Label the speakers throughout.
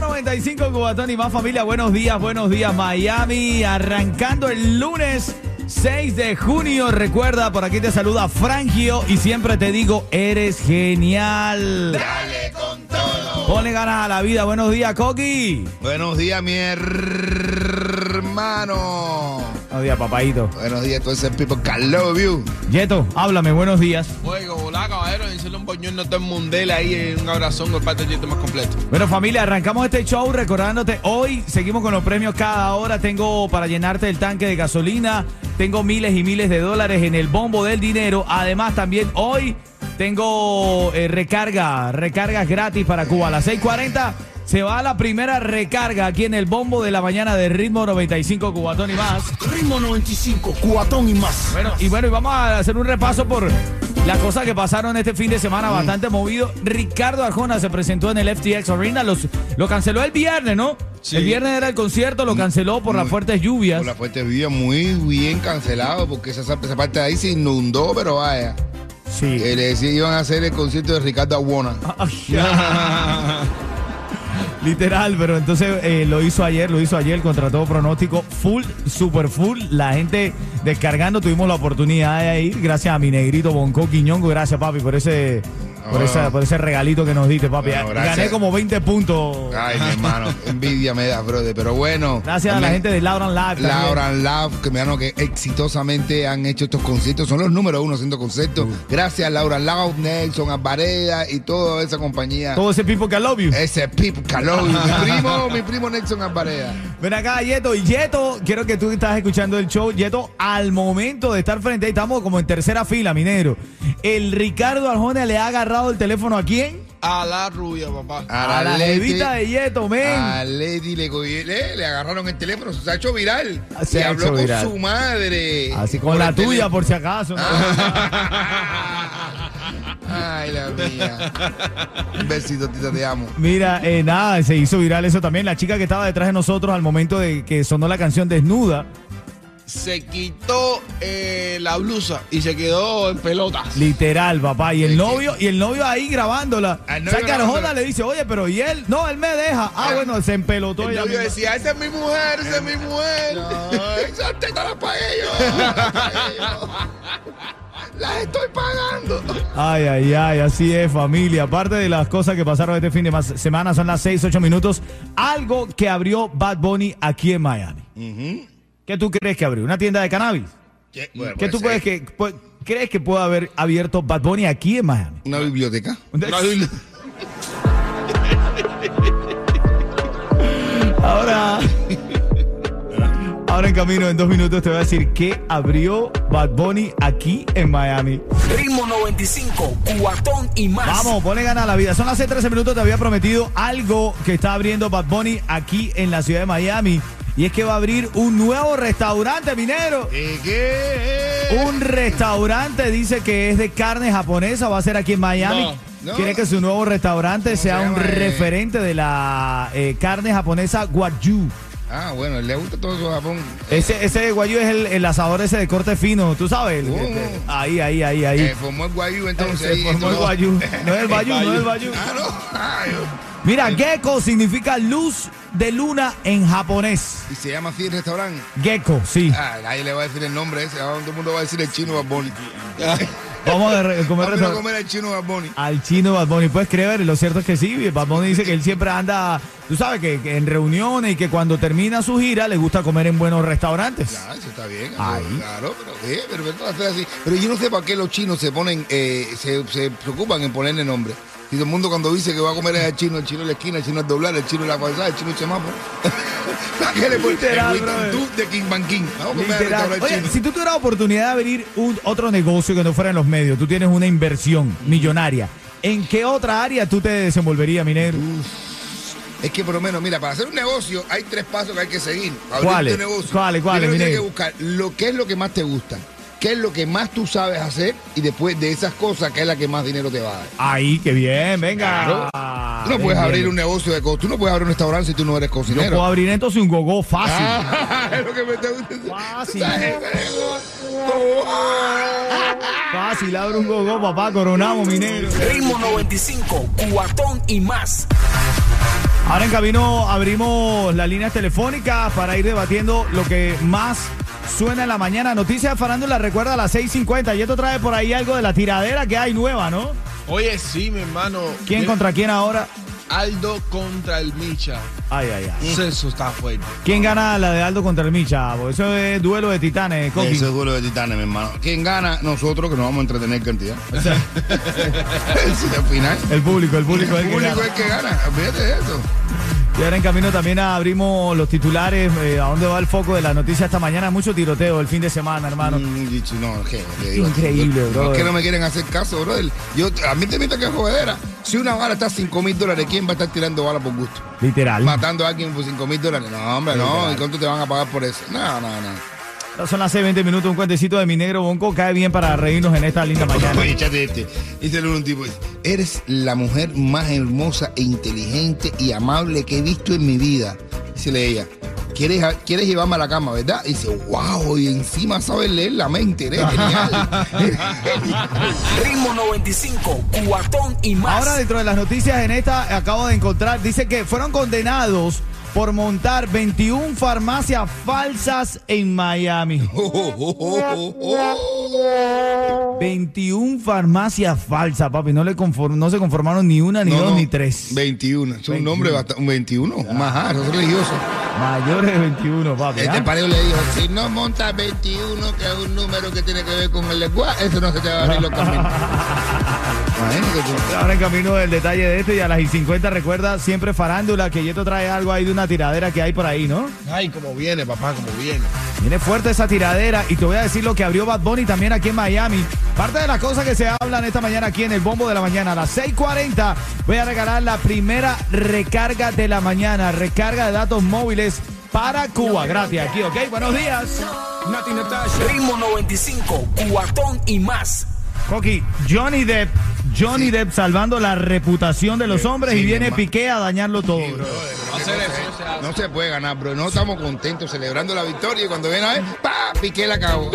Speaker 1: 95 Cubatón y más familia. Buenos días, buenos días Miami. Arrancando el lunes 6 de junio. Recuerda, por aquí te saluda Frangio y siempre te digo, eres genial.
Speaker 2: Dale con todo.
Speaker 1: Ponle ganas a la vida. Buenos días, Coqui.
Speaker 2: Buenos días, mi hermano.
Speaker 1: Buenos días, papadito.
Speaker 2: Buenos días, todo ese people. que I love you.
Speaker 1: Yeto, háblame. Buenos días.
Speaker 3: Juego, hola caballero, decirle un boñón a todo el mundel ahí, eh, un abrazón por parte del Yeto más completo.
Speaker 1: Bueno, familia, arrancamos este show recordándote hoy. Seguimos con los premios cada hora. Tengo para llenarte el tanque de gasolina. Tengo miles y miles de dólares en el bombo del dinero. Además, también hoy tengo eh, recarga, recargas gratis para Cuba. A las 6:40 se va la primera recarga aquí en el bombo de la mañana de ritmo 95 Cubatón y más.
Speaker 4: Ritmo 95, Cubatón y más.
Speaker 1: Bueno, y bueno, y vamos a hacer un repaso por las cosas que pasaron este fin de
Speaker 2: Mm.
Speaker 1: semana bastante movido. Ricardo Arjona se presentó en el FTX Arena, los, lo canceló el viernes, ¿no?
Speaker 3: Sí.
Speaker 1: El viernes era el concierto,
Speaker 2: Mm.
Speaker 1: lo canceló por las
Speaker 2: muy-
Speaker 1: fuertes lluvias.
Speaker 2: Por la fuente vida muy bien cancelado porque esa, esa parte de ahí se inundó, pero vaya.
Speaker 1: Sí.
Speaker 2: Eh, le decía iban a hacer el concierto de Ricardo Aguona.
Speaker 1: Literal, pero entonces eh, lo hizo ayer, lo hizo ayer contra todo pronóstico, full, super full, la gente descargando, tuvimos la oportunidad de ir, gracias a mi negrito Bonco Quiñongo, gracias papi por ese, por,
Speaker 2: Ah.
Speaker 1: esa- por ese regalito que nos diste papi,
Speaker 2: Bueno, gracias. Ah,
Speaker 1: gané como 20 puntos,
Speaker 2: Ay, mi hermano, envidia me da, brother. Pero bueno.
Speaker 1: gracias a la gente de Lauran Live. también.
Speaker 2: Laura Love, que me dan que exitosamente han hecho estos conciertos, son los número uno haciendo conciertos. Gracias a Laura Love, Nelson Alvareda y toda esa compañía.
Speaker 1: Todo ese people que I love you.
Speaker 2: Ese Pip Caló, mi primo, mi primo Nelson Alvareda.
Speaker 1: Ven acá, Yeto. Y Yeto, quiero que tú estás escuchando el show. Yeto, al momento de estar frente, ahí estamos como en tercera fila, minero. El Ricardo Arjona le ha agarrado el teléfono a quién?
Speaker 3: A la rubia, papá.
Speaker 1: A, la
Speaker 2: Lady-
Speaker 1: levita de Yeto,
Speaker 2: A
Speaker 1: men.
Speaker 2: Lady le, co- le- le agarraron el teléfono, se ha hecho viral.
Speaker 1: Ah, Se
Speaker 2: y
Speaker 1: ha
Speaker 2: habló
Speaker 1: hecho
Speaker 2: con
Speaker 1: viral.
Speaker 2: su madre.
Speaker 1: Así con
Speaker 2: Por
Speaker 1: la
Speaker 2: el
Speaker 1: tuya,
Speaker 2: teléfono.
Speaker 1: por si acaso. ¿no?
Speaker 2: Ay, la mía. Un besito, tita, te amo.
Speaker 1: Mira, eh, nada, se hizo viral eso también. La chica que estaba detrás de nosotros al momento de que sonó la canción Desnuda,
Speaker 3: Se quitó eh, la blusa y se quedó en pelotas.
Speaker 1: literal, papá. Y el
Speaker 2: Es que-
Speaker 1: novio, y el novio ahí grabándola.
Speaker 2: Al
Speaker 1: O
Speaker 2: novio
Speaker 1: sea que Arjona
Speaker 2: grabándola.
Speaker 1: le dice, oye, pero y él, no, él me deja. Ah, bueno, se empelotó.
Speaker 3: El
Speaker 1: ella
Speaker 3: novio
Speaker 1: misma.
Speaker 3: decía, esa es mi mujer, esa es mi mujer.
Speaker 2: Esas tetas las pagué yo. Las pagué yo. Las estoy pagando.
Speaker 1: Ay, ay, ay, así es, familia. Aparte de las cosas que pasaron este fin de mas- semana, son las 6, 8 minutos. Algo que abrió Bad Bunny aquí en Miami. ¿Qué tú crees que abrió? ¿Una tienda de cannabis?
Speaker 2: ¿Qué, bueno, pues, eh,
Speaker 1: ¿Qué
Speaker 2: puede
Speaker 1: tú
Speaker 2: ser.
Speaker 1: crees que, pu- crees que puede haber abierto Bad Bunny aquí en Miami?
Speaker 2: Una biblioteca.
Speaker 1: Ahora. Ahora en camino, en dos minutos, te voy a decir que abrió Bad Bunny aquí en Miami.
Speaker 4: Ritmo 95, Cubatón y más.
Speaker 1: Vamos, ponle ganas a la vida. Son las 13 minutos, te había prometido algo que está abriendo Bad Bunny aquí en la ciudad de Miami. Y es que va a abrir un nuevo restaurante, minero.
Speaker 2: ¿Qué, qué?
Speaker 1: Un restaurante, dice que es de carne japonesa, va a ser aquí en Miami.
Speaker 2: No, no.
Speaker 1: Quiere que su nuevo restaurante sea
Speaker 2: se
Speaker 1: un
Speaker 2: llama, eh?
Speaker 1: referente de la eh, carne japonesa Wagyu.
Speaker 2: Ah, bueno, le gusta todo eso a Japón.
Speaker 1: Ese, ese Wagyu es el, el asador ese de corte fino, tú sabes. el-
Speaker 2: Oh.
Speaker 1: el- el- ahí, ahí, ahí, ahí.
Speaker 2: Eh, formó el guayú entonces.
Speaker 1: Se
Speaker 2: ahí,
Speaker 1: formó el
Speaker 2: esto-
Speaker 1: Wagyu. No es el Wagyu, no es el Wagyu.
Speaker 3: Wagyu.
Speaker 2: Ah, no. Ay,
Speaker 1: Mira,
Speaker 2: eh.
Speaker 1: gecko significa luz de luna en japonés.
Speaker 2: y se llama así el restaurante.
Speaker 1: Gecko, sí.
Speaker 2: Ah, nadie le va a decir el nombre ese. Ahora todo el mundo va a decir el chino Barboni.
Speaker 1: Vamos a re- comer
Speaker 2: Vamos a
Speaker 1: restaur-
Speaker 2: comer el chino Barboni.
Speaker 1: al chino Bad Bunny. Puedes creer, lo cierto es que sí. Bad Bunny dice que él siempre anda, tú sabes, que, que en reuniones y que cuando termina su gira le gusta comer en buenos restaurantes.
Speaker 2: Ah, eso está bien.
Speaker 1: Ahí.
Speaker 2: Claro, pero, eh, pero, pero, hacer así. pero yo no sé para qué los chinos se ponen, eh, se, se preocupan en ponerle nombre. Y todo el mundo cuando dice que va a comer es al chino, el chino en la esquina, el chino al doblar, el chino en la pasada, el chino en chamapo. ¿Para qué le ponen
Speaker 1: Literal,
Speaker 2: el Witan
Speaker 1: brother.
Speaker 2: tú de King Ban King? Vamos a comer al
Speaker 1: Literal.
Speaker 2: restaurante
Speaker 1: Oye,
Speaker 2: chino.
Speaker 1: si tú tuvieras la oportunidad de abrir un, otro negocio que no fuera en los medios, tú tienes una
Speaker 2: Mm. Mm.
Speaker 1: inversión millonaria. ¿En qué otra área tú te desenvolverías, minero?
Speaker 2: Es que por lo menos, mira, para hacer un negocio hay tres pasos que hay que seguir. Para abrir
Speaker 1: ¿Cuáles?
Speaker 2: tu negocio.
Speaker 1: ¿Cuáles, cuáles,
Speaker 2: Primero
Speaker 1: Mineiro?
Speaker 2: tienes que buscar lo que es lo que más te gusta, qué es lo que más tú sabes hacer y después de esas cosas, qué es la que más dinero te va a dar.
Speaker 1: Ahí, qué bien, venga. Ah,
Speaker 2: Tú no puedes abrir un negocio de co- tú no puedes abrir un restaurante si tú no eres
Speaker 1: Yo
Speaker 2: cocinero.
Speaker 1: puedo abrir entonces un gogó fácil.
Speaker 2: Ah, es lo que me te gusta.
Speaker 1: Fácil.
Speaker 2: ¿Sabes?
Speaker 1: Fácil, abro un gogó, papá, coronamos, minero.
Speaker 4: Ritmo 95, cuatón y más.
Speaker 1: Ahora en camino abrimos las líneas telefónicas para ir debatiendo lo que más suena en la mañana. Noticias de Farándula, recuerda a las 6.50. Y esto trae por ahí algo de la tiradera que hay nueva, ¿no?
Speaker 3: Oye, sí, mi hermano.
Speaker 1: ¿Quién
Speaker 3: Mira,
Speaker 1: contra quién ahora?
Speaker 3: Aldo contra el Micha.
Speaker 1: Ay, ay, ay.
Speaker 3: Eso está fuerte.
Speaker 1: ¿Quién gana la de Aldo contra el Micha? Porque Eso es duelo de titanes, Coqui.
Speaker 2: Eso es duelo de titanes, mi hermano. ¿Quién gana? Nosotros, que nos vamos a entretener cantidad. Sí, al final.
Speaker 1: El público, el público. es
Speaker 2: el
Speaker 1: el que
Speaker 2: público es
Speaker 1: gana.
Speaker 2: el que gana. Fíjate de eso.
Speaker 1: Y ahora en camino también abrimos los titulares, eh, a dónde va el foco de la noticia esta mañana. Mucho tiroteo el fin de semana, hermano.
Speaker 2: Mm, Gichi, no, ¿qué? Te digo,
Speaker 1: Increíble,
Speaker 2: yo-
Speaker 1: brother.
Speaker 2: Es que no me quieren hacer caso, brother. Yo, a mí te invito que es jodera. Si una bala está a 5 mil dólares, ¿quién va a estar tirando bala por gusto?
Speaker 1: Literal.
Speaker 2: Matando a alguien por 5 mil dólares. No, hombre, no. ¿Y cuánto te van a pagar por eso? No, no, no.
Speaker 1: Son las 6.20 minutos, un cuentecito de mi negro Bonco cae bien para reírnos en esta linda mañana.
Speaker 2: Oye, échate este. Dice un tipo, dice, eres la mujer más hermosa e inteligente y amable que he visto en mi vida. Dice ella, ¿quieres, quieres llevarme a la cama, ¿verdad? Y dice, wow, y encima sabes leer la mente, eres genial.
Speaker 4: Ritmo 95, cuatón y más.
Speaker 1: Ahora dentro de las noticias en esta acabo de encontrar, dice que fueron condenados por montar 21 farmacias falsas en Miami. 21 farmacias falsas, papi. No, le conform- no se conformaron ni una, ni
Speaker 2: No,
Speaker 1: dos,
Speaker 2: no,
Speaker 1: ni tres.
Speaker 2: 21. Es un
Speaker 1: 21.
Speaker 2: nombre bastante. un 21. Majá, eso es religioso.
Speaker 1: Mayores de 21, papi.
Speaker 2: Este
Speaker 1: ¿ah?
Speaker 2: pareo le dijo: si no montas 21, que es un número que tiene que ver con el lenguaje, eso no se te va a abrir los caminos. Imagínate tú.
Speaker 1: Ahora en camino del detalle de este y a las y 50 recuerda siempre farándula que Yeto trae algo ahí de una tiradera que hay por ahí, ¿no?
Speaker 3: Ay, como viene, papá, como viene.
Speaker 1: Viene fuerte esa tiradera y te voy a decir lo que abrió Bad Bunny también aquí en Miami. Parte de las cosas que se hablan esta mañana aquí en el Bombo de la Mañana. A las 6.40 voy a regalar la primera recarga de la mañana, recarga de datos móviles para Cuba. Gracias, aquí, ¿ok? Buenos días.
Speaker 4: Ritmo 95, cuatón y más.
Speaker 1: Coqui, Johnny Depp, Johnny Depp salvando la reputación de los hombres
Speaker 2: sí,
Speaker 1: y viene
Speaker 2: mamá.
Speaker 1: Piqué a dañarlo todo. bro.
Speaker 3: No hacer eso, o sea,
Speaker 2: No se puede ganar, bro. No estamos contentos celebrando la victoria y cuando ven a ver, ¡pa! Piqué la cagó.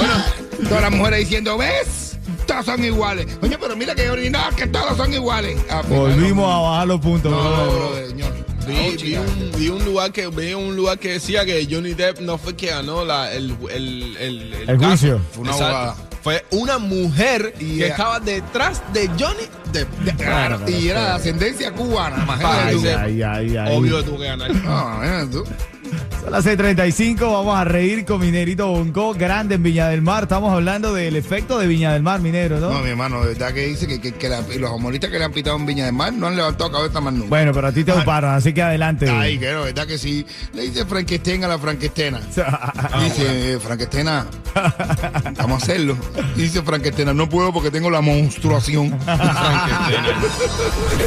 Speaker 2: Todas las mujeres diciendo, ¿ves? Todas son iguales. Oye, pero mira que original, que todas son iguales. Ah, mi
Speaker 1: Volvimos a bajar los puntos.
Speaker 2: hermano,
Speaker 1: bro.
Speaker 2: No, bro, bro, señor.
Speaker 3: Vi, vi un, vi un lugar que vi un lugar que decía que Johnny Depp no fue que ganó la, el, el, el,
Speaker 1: El juicio.
Speaker 3: Fue una
Speaker 2: Exacto.
Speaker 3: abogada. Fue una mujer que
Speaker 2: Yeah.
Speaker 3: estaba detrás de Johnny Depp.
Speaker 2: Claro,
Speaker 1: Claro,
Speaker 2: y era de ascendencia cubana, imagínate
Speaker 3: Ay,
Speaker 2: tú.
Speaker 1: Ay,
Speaker 3: sí.
Speaker 1: ay, ay, ay.
Speaker 3: Obvio que tuvo que ganar.
Speaker 2: No, imagínate tú.
Speaker 1: Son las 6:35, vamos a reír con Minerito Bonco, grande en Viña del Mar. Estamos hablando del efecto de Viña del Mar, Minero, ¿no?
Speaker 2: No, mi hermano, de verdad que dice que, que- que la- y los humoristas que le han pitado en Viña de Mar no han levantado cabeza más nunca.
Speaker 1: Bueno, pero a ti te ocuparon, así que adelante.
Speaker 2: Ay, que no, verdad que sí. Le dice Frankenstein a la Franquestena. Dice, eh, Franquestena, vamos a hacerlo. Dice Franquestena, no puedo porque tengo la monstruación. Frankenstein.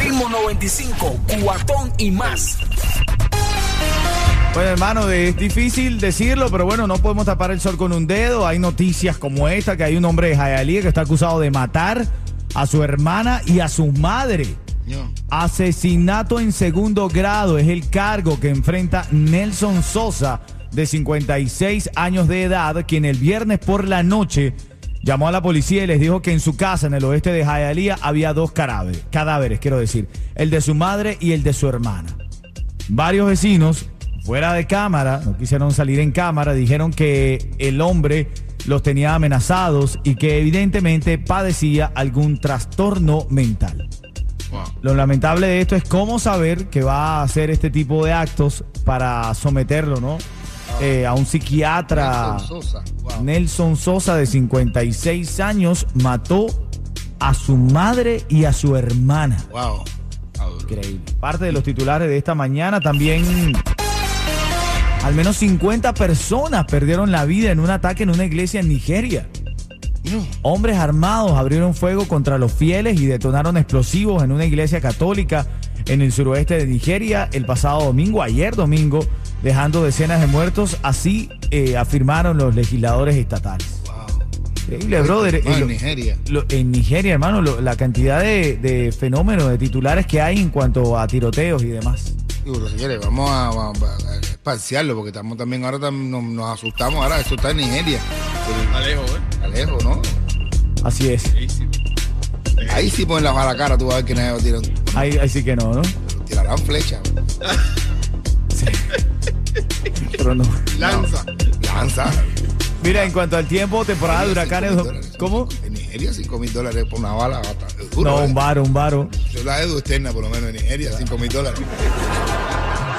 Speaker 4: Ritmo 95, cuatón y más.
Speaker 1: Bueno, hermano, de- es difícil decirlo, pero bueno, no podemos tapar el sol con un dedo. Hay noticias como esta, que hay un hombre de Jayalía que está acusado de matar a su hermana y a su madre.
Speaker 2: Yo.
Speaker 1: Asesinato en segundo grado es el cargo que enfrenta Nelson Sosa, de 56 años de edad, quien el viernes por la noche llamó a la policía y les dijo que en su casa en el oeste de Hialeah había dos cadáveres, cadáveres, quiero decir, el de su madre y el de su hermana. Varios vecinos, fuera de cámara, no quisieron salir en cámara, dijeron que el hombre los tenía amenazados y que evidentemente padecía algún trastorno mental. Lo lamentable de esto es cómo saber que va a hacer este tipo de actos para someterlo, ¿no? Eh, a un psiquiatra.
Speaker 2: Nelson Sosa. Wow.
Speaker 1: Nelson Sosa, de 56 años, mató a su madre y a su hermana.
Speaker 2: Wow.
Speaker 1: Increíble. Parte de los titulares de esta mañana también. Al menos 50 personas perdieron la vida en un ataque en una iglesia en Nigeria. Hombres armados abrieron fuego contra los fieles y detonaron explosivos en una iglesia católica. en el suroeste de Nigeria el pasado domingo, ayer domingo, dejando decenas de muertos. Así eh, afirmaron los legisladores estatales. Increíble, brother.
Speaker 2: Ah,
Speaker 1: Eh, lo-
Speaker 2: en Nigeria.
Speaker 1: lo- en Nigeria, hermano, lo- la cantidad de, de fenómenos, de titulares que hay en cuanto a tiroteos y demás.
Speaker 2: Digo, pero señores, vamos a, vamos a- a espaciarlo porque estamos también ahora tam- nos, nos asustamos. Ahora eso está en Nigeria.
Speaker 3: Alejo, ¿eh?
Speaker 2: Pero, Alejo, ¿no?
Speaker 1: Así es.
Speaker 3: Ahí sí.
Speaker 2: Ahí sí ponen la bala cara, tú vas a ver que nadie va a tirar.
Speaker 1: Ahí, ahí sí que no, ¿no?
Speaker 2: Tirarán flecha.
Speaker 1: Sí. Pero no.
Speaker 3: Lanza.
Speaker 2: Lanza.
Speaker 1: Mira, en cuanto al tiempo, temporada de huracanes. ¿Cómo?
Speaker 2: En Nigeria, 5 mil dólares por una bala. bata- es duro,
Speaker 1: No,
Speaker 2: ¿eh?
Speaker 1: un varo, un varo.
Speaker 2: Yo la edu externa, por lo menos en Nigeria, 5 mil dólares.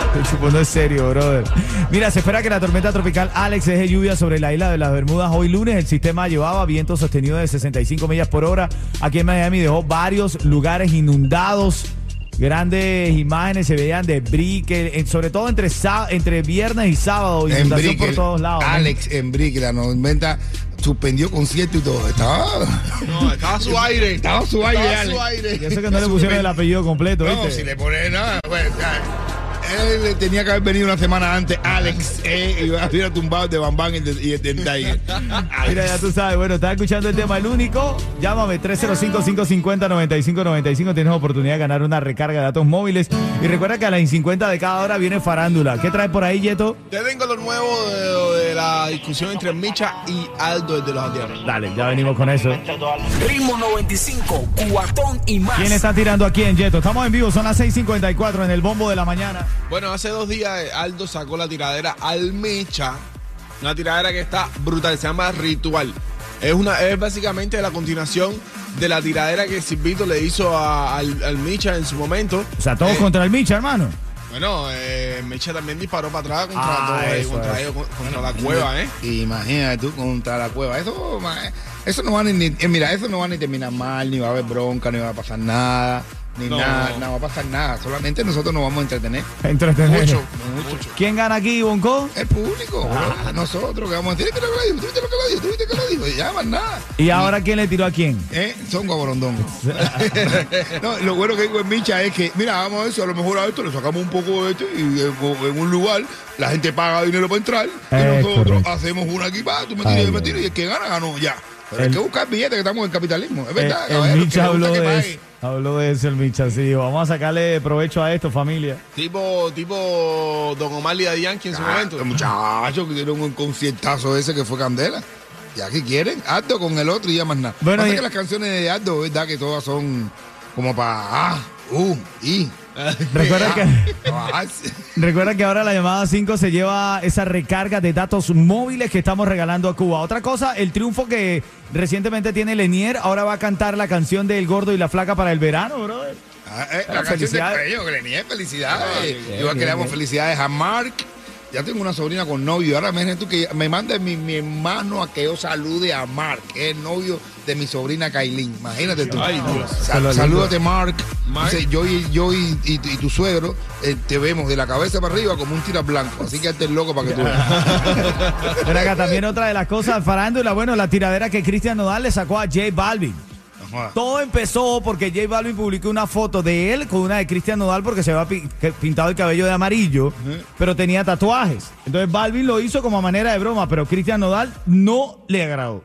Speaker 1: Estoy chupando en serio, brother. Mira, se espera que la tormenta tropical Alex deje lluvia sobre la isla de las Bermudas hoy lunes. El sistema llevaba viento sostenido de 65 millas por hora. Aquí en Miami dejó varios lugares inundados. Grandes imágenes se veían de brique, en- sobre todo entre, sá- entre viernes y sábado,
Speaker 2: En
Speaker 1: inundación
Speaker 2: Brickell,
Speaker 1: por todos lados. ¿no?
Speaker 2: Alex en Brick, la noventa suspendió concierto y todo. Estaba.
Speaker 3: No, estaba su aire.
Speaker 2: Estaba su aire,
Speaker 3: Estaba su
Speaker 2: Alex.
Speaker 3: aire.
Speaker 1: Y eso que no le pusieron el apellido completo,
Speaker 2: No,
Speaker 1: ¿viste?
Speaker 2: si le pones nada, pues, ah, él tenía que haber venido una semana antes, Alex, eh, y hubiera tumbado el de Bam Bam y el de- y el de Tiger.
Speaker 1: Mira, ya tú sabes, bueno, estás escuchando el tema El Único. Llámame 305-550-9595. Tienes oportunidad de ganar una recarga de datos móviles. Y recuerda que a las 50 de cada hora viene farándula. ¿Qué traes por ahí, Yeto?
Speaker 3: Te tengo lo nuevo de, de la discusión entre Micha y Aldo, el de los aldeanos.
Speaker 1: Dale, ya venimos con eso.
Speaker 4: Ritmo 95, cuatón y más.
Speaker 1: ¿Quién está tirando aquí en Yeto? Estamos en vivo, son las 6.54 en el bombo de la mañana.
Speaker 3: Bueno, hace dos días eh, Aldo sacó la tiradera al Mecha. Una tiradera que está brutal, se llama Ritual. Es, una, es básicamente la continuación de la tiradera que Silvito le hizo a- al, al Micha en su momento.
Speaker 1: O sea, todos
Speaker 3: Eh,
Speaker 1: contra el Micha, hermano.
Speaker 3: Bueno, eh, Micha también disparó para atrás contra,
Speaker 1: Ah,
Speaker 3: todo, eh,
Speaker 1: eso,
Speaker 3: contra,
Speaker 1: eso.
Speaker 3: ellos, con- contra la cueva, ¿eh?
Speaker 2: Imagínate tú contra la cueva. Eso, ma, eso no va ni, eh, mira, eso no va ni terminar mal, ni va a haber bronca, ni va a pasar nada, ni
Speaker 3: No.
Speaker 2: nada, no va a pasar nada. Solamente nosotros nos vamos a entretener.
Speaker 1: Entretenido.
Speaker 3: Mucho, mucho.
Speaker 1: ¿Quién gana aquí, Bonco?
Speaker 2: El público, bro. nosotros que vamos a decir, ¿tú viste lo que le dijo? ¿Tú viste lo que le dijo? ¿Tú viste lo que le dijo? Y Ya más nada.
Speaker 1: ¿Y ahora quién le tiró a quién? Eh,
Speaker 2: ¿Eh? Son guaborondón. no, lo bueno que digo en Micha es que, mira, vamos a ver si a lo mejor a esto le sacamos un poco de esto y en, en un lugar la gente paga dinero para entrar y
Speaker 1: Eh,
Speaker 2: nosotros
Speaker 1: correcto.
Speaker 2: hacemos una aquí, pa, tú me
Speaker 1: Ay,
Speaker 2: tiras, yo me
Speaker 1: ay,
Speaker 2: tiro y el que gana, ganó ya. Pero
Speaker 1: El- Eh,
Speaker 2: hay que buscar billetes que estamos en el capitalismo. Es
Speaker 1: El,
Speaker 2: verdad,
Speaker 1: el
Speaker 2: caballero, que
Speaker 1: Micha
Speaker 2: le gusta
Speaker 1: habló
Speaker 2: que
Speaker 1: de
Speaker 2: pague.
Speaker 1: eso. Habló de eso el Micha, sí. Vamos a sacarle provecho a esto, familia.
Speaker 3: Tipo, tipo Don Omar y Yankee en su
Speaker 2: Ah,
Speaker 3: momento.
Speaker 2: los muchachos que dieron un conciertazo ese que fue Candela. Ya que quieren, Aldo con el otro y ya más nada.
Speaker 1: Bueno,
Speaker 2: Pasa
Speaker 1: y-
Speaker 2: que las canciones de Aldo, verdad que todas son como ah, um, para A, U, I.
Speaker 1: Recuerda
Speaker 2: Ah.
Speaker 1: que-
Speaker 2: Trabajarse.
Speaker 1: Recuerda que ahora la llamada 5 se lleva esa recarga de datos móviles que estamos regalando a Cuba. Otra cosa, el triunfo que recientemente tiene Lenier, ahora va a cantar la canción de El Gordo y la Flaca para el verano, brother.
Speaker 2: Ah, eh,
Speaker 1: Bueno,
Speaker 2: la canción de
Speaker 1: felicidades. Ah,
Speaker 2: Crello, que le niega eh, felicidades.
Speaker 1: bien,
Speaker 2: Igual que
Speaker 1: bien,
Speaker 2: le damos
Speaker 1: bien.
Speaker 2: felicidades a Mark. Ya tengo una sobrina con novio. Ahora imagínate tú que me manda mi, mi hermano a que yo salude a Mark, que es el novio de mi sobrina Kailin. Imagínate tú.
Speaker 3: Ay, Dios.
Speaker 2: Sal-
Speaker 1: Saludito.
Speaker 2: salúdate, Mark.
Speaker 3: Mark.
Speaker 2: Dice, yo y, yo y, y- y tu suegro eh, te vemos de la cabeza para arriba como un tira blanco. Así que estés loco para que tú veas.
Speaker 1: Pero acá también otra de las cosas, farándula, bueno, la tiradera que Cristian Nodal le sacó a J Balvin.
Speaker 2: Ajá.
Speaker 1: Todo empezó porque J Balvin publicó una foto de él con una de Cristian Nodal porque se había pi- que- pintado el cabello de amarillo, pero tenía tatuajes. Entonces Balvin lo hizo como a manera de broma, pero Cristian Nodal no le agradó.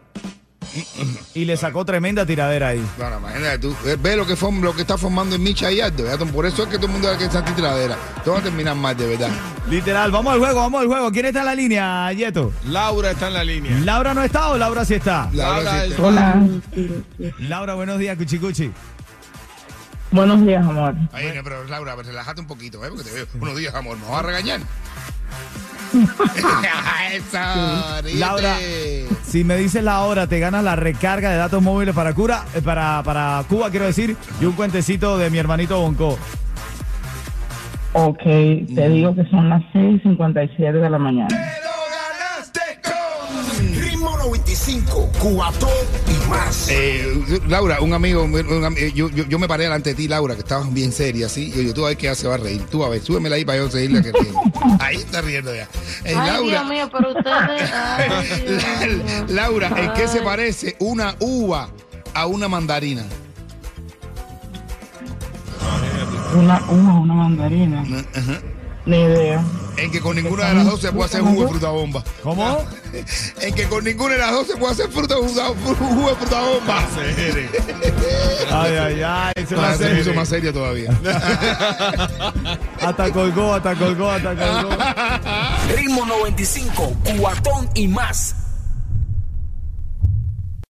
Speaker 1: Y le sacó tremenda tiradera ahí.
Speaker 2: Bueno, imagínate tú, ve, ve lo que, form- lo que está formando en Micha y Aldo. ¿verdad? Por eso es que todo el mundo va a quedar sin tiradera. Todo va a terminar mal, de verdad.
Speaker 1: Literal, vamos al juego, vamos al juego. ¿Quién está en la línea, Yeto?
Speaker 3: Laura está en la línea.
Speaker 1: ¿Laura no está o Laura sí está?
Speaker 2: Laura, sí
Speaker 3: es-
Speaker 2: te-
Speaker 5: Hola.
Speaker 1: Laura, buenos días, Cuchicuchi.
Speaker 5: Buenos días, amor.
Speaker 2: Ay, no, pero Laura, pues, relájate un poquito, ¿eh? Porque te veo unos días, amor, nos vas a regañar. Esa, ríete.
Speaker 1: Laura. Si me dices la hora, te ganas la recarga de datos móviles para, cura, eh, para, para Cuba, quiero decir, y un cuentecito de mi hermanito Bonco.
Speaker 5: Ok, te digo que son las 6:57 de la mañana.
Speaker 4: Ritmo 95, cuatón y más.
Speaker 2: Eh, Laura, un amigo, un am- eh, yo, yo, yo me paré delante de ti, Laura, que estabas bien seria, ¿sí? Y yo, tú a ver qué hace, va a reír. Tú a ver, súbemela ahí para yo seguirla que ríe. Ahí está riendo ya. Eh,
Speaker 6: Ay, Dios
Speaker 2: Laura,
Speaker 6: mío, pero ustedes. ay, Dios mío.
Speaker 2: Laura, ¿en qué se
Speaker 6: Ay.
Speaker 2: parece una uva a una mandarina?
Speaker 5: una uva, una mandarina. Ni idea.
Speaker 2: En que con ninguna de las dos se puede hacer jugo de fruta bomba.
Speaker 1: ¿Cómo?
Speaker 2: En que con ninguna de las dos se puede hacer fruta, jugo jugo de fruta bomba.
Speaker 1: Ay, ay, ay. se va a
Speaker 2: Ah, se
Speaker 1: hacer-
Speaker 2: puso más serio todavía.
Speaker 1: Hasta colgó, hasta colgó, hasta colgó.
Speaker 7: Ritmo 95, cuatón y más.